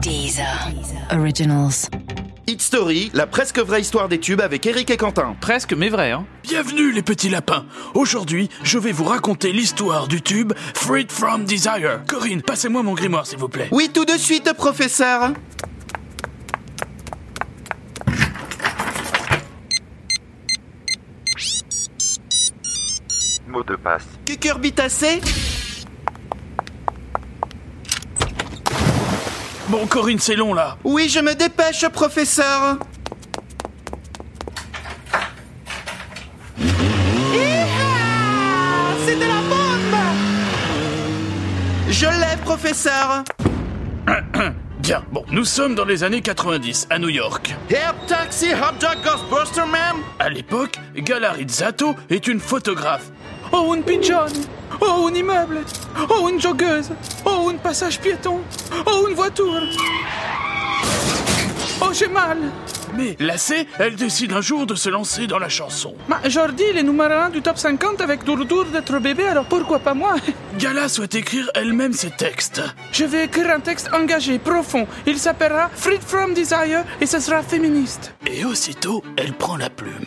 Deezer. Originals. Hit Story, la presque vraie histoire des tubes avec Eric et Quentin. Presque, mais vrai, hein. Bienvenue les petits lapins. Aujourd'hui, je vais vous raconter l'histoire du tube Freed from Desire. Corinne, passez-moi mon grimoire s'il vous plaît. Oui, tout de suite, professeur. Mot de passe. Cucurbitacé Bon Corinne, c'est long là. Oui, je me dépêche, professeur. Iha C'est de la bombe Je l'ai, professeur. Bien, bon, nous sommes dans les années 90 à New York. Air Taxi Hot Dog Ghostbuster Man À l'époque, Galarizzato est une photographe. Oh, une pigeon Oh, un immeuble Oh, une joggeuse Oh, un passage piéton Oh, une voiture Oh, j'ai mal Mais lassée, elle décide un jour de se lancer dans la chanson. Ma Jordi, il est numéro 1 du top 50 avec Dourdour d'être bébé, alors pourquoi pas moi Gala souhaite écrire elle-même ses textes. Je vais écrire un texte engagé, profond. Il s'appellera Freed from Desire et ce sera féministe. Et aussitôt, elle prend la plume.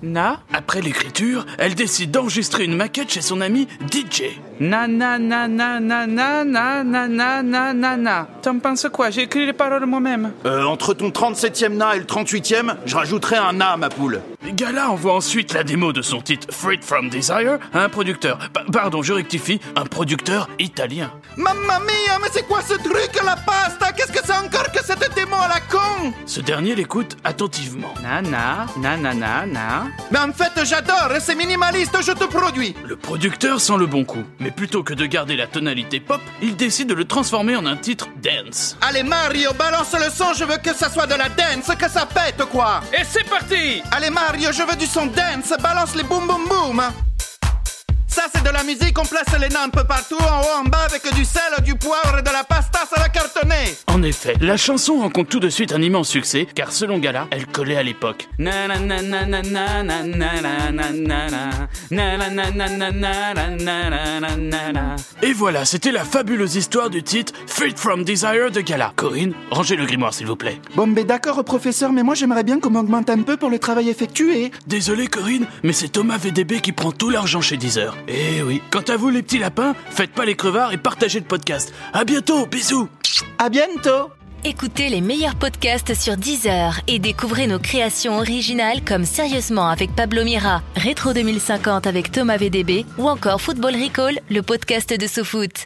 na Après l'écriture, elle décide d'enregistrer une maquette chez son ami DJ. Na na na na na na na na na na na na. T'en penses quoi J'ai écrit les paroles moi-même. Euh, entre ton 37e na et le 38e, je rajouterai un na à ma poule. Gala envoie ensuite la démo de son titre Freed from Desire à un producteur. Pa- pardon, je rectifie, un producteur italien. Mamma mia, mais c'est quoi ce truc, la pasta Qu'est-ce que c'est encore que cette démo à la con Ce dernier l'écoute attentivement. Na na na na na na. Mais en fait, j'adore, c'est minimaliste, je te produis. Le producteur sent le bon coup, mais plutôt que de garder la tonalité pop, il décide de le transformer en un titre dance. Allez Mario, balance le son, je veux que ça soit de la dance, que ça pète quoi Et c'est parti Allez Mario, je veux du son dance, balance les boum boum boum Ça c'est de la musique, on place les nains un peu partout, en haut, en bas, avec du sel, du poivre et de la pasta, ça va cartonner En effet, la chanson rencontre tout de suite un immense succès, car selon Gala, elle collait à l'époque. Na na na na na na na na na na na na. Na na na na na na na na na na na na. Et voilà, c'était la fabuleuse histoire du titre Freed from Desire de Gala. Corinne, rangez le grimoire s'il vous plaît. Bon ben d'accord professeur, mais moi j'aimerais bien qu'on m'augmente un peu pour le travail effectué Désolé Corinne, mais c'est Thomas VDB qui prend tout l'argent chez Deezer. Eh oui. Quant à vous les petits lapins, faites pas les crevards et partagez le podcast. À bientôt, bisous À bientôt Écoutez les meilleurs podcasts sur Deezer et découvrez nos créations originales comme Sérieusement avec Pablo Mira, Rétro 2050 avec Thomas VDB ou encore Football Recall, le podcast de sous-foot.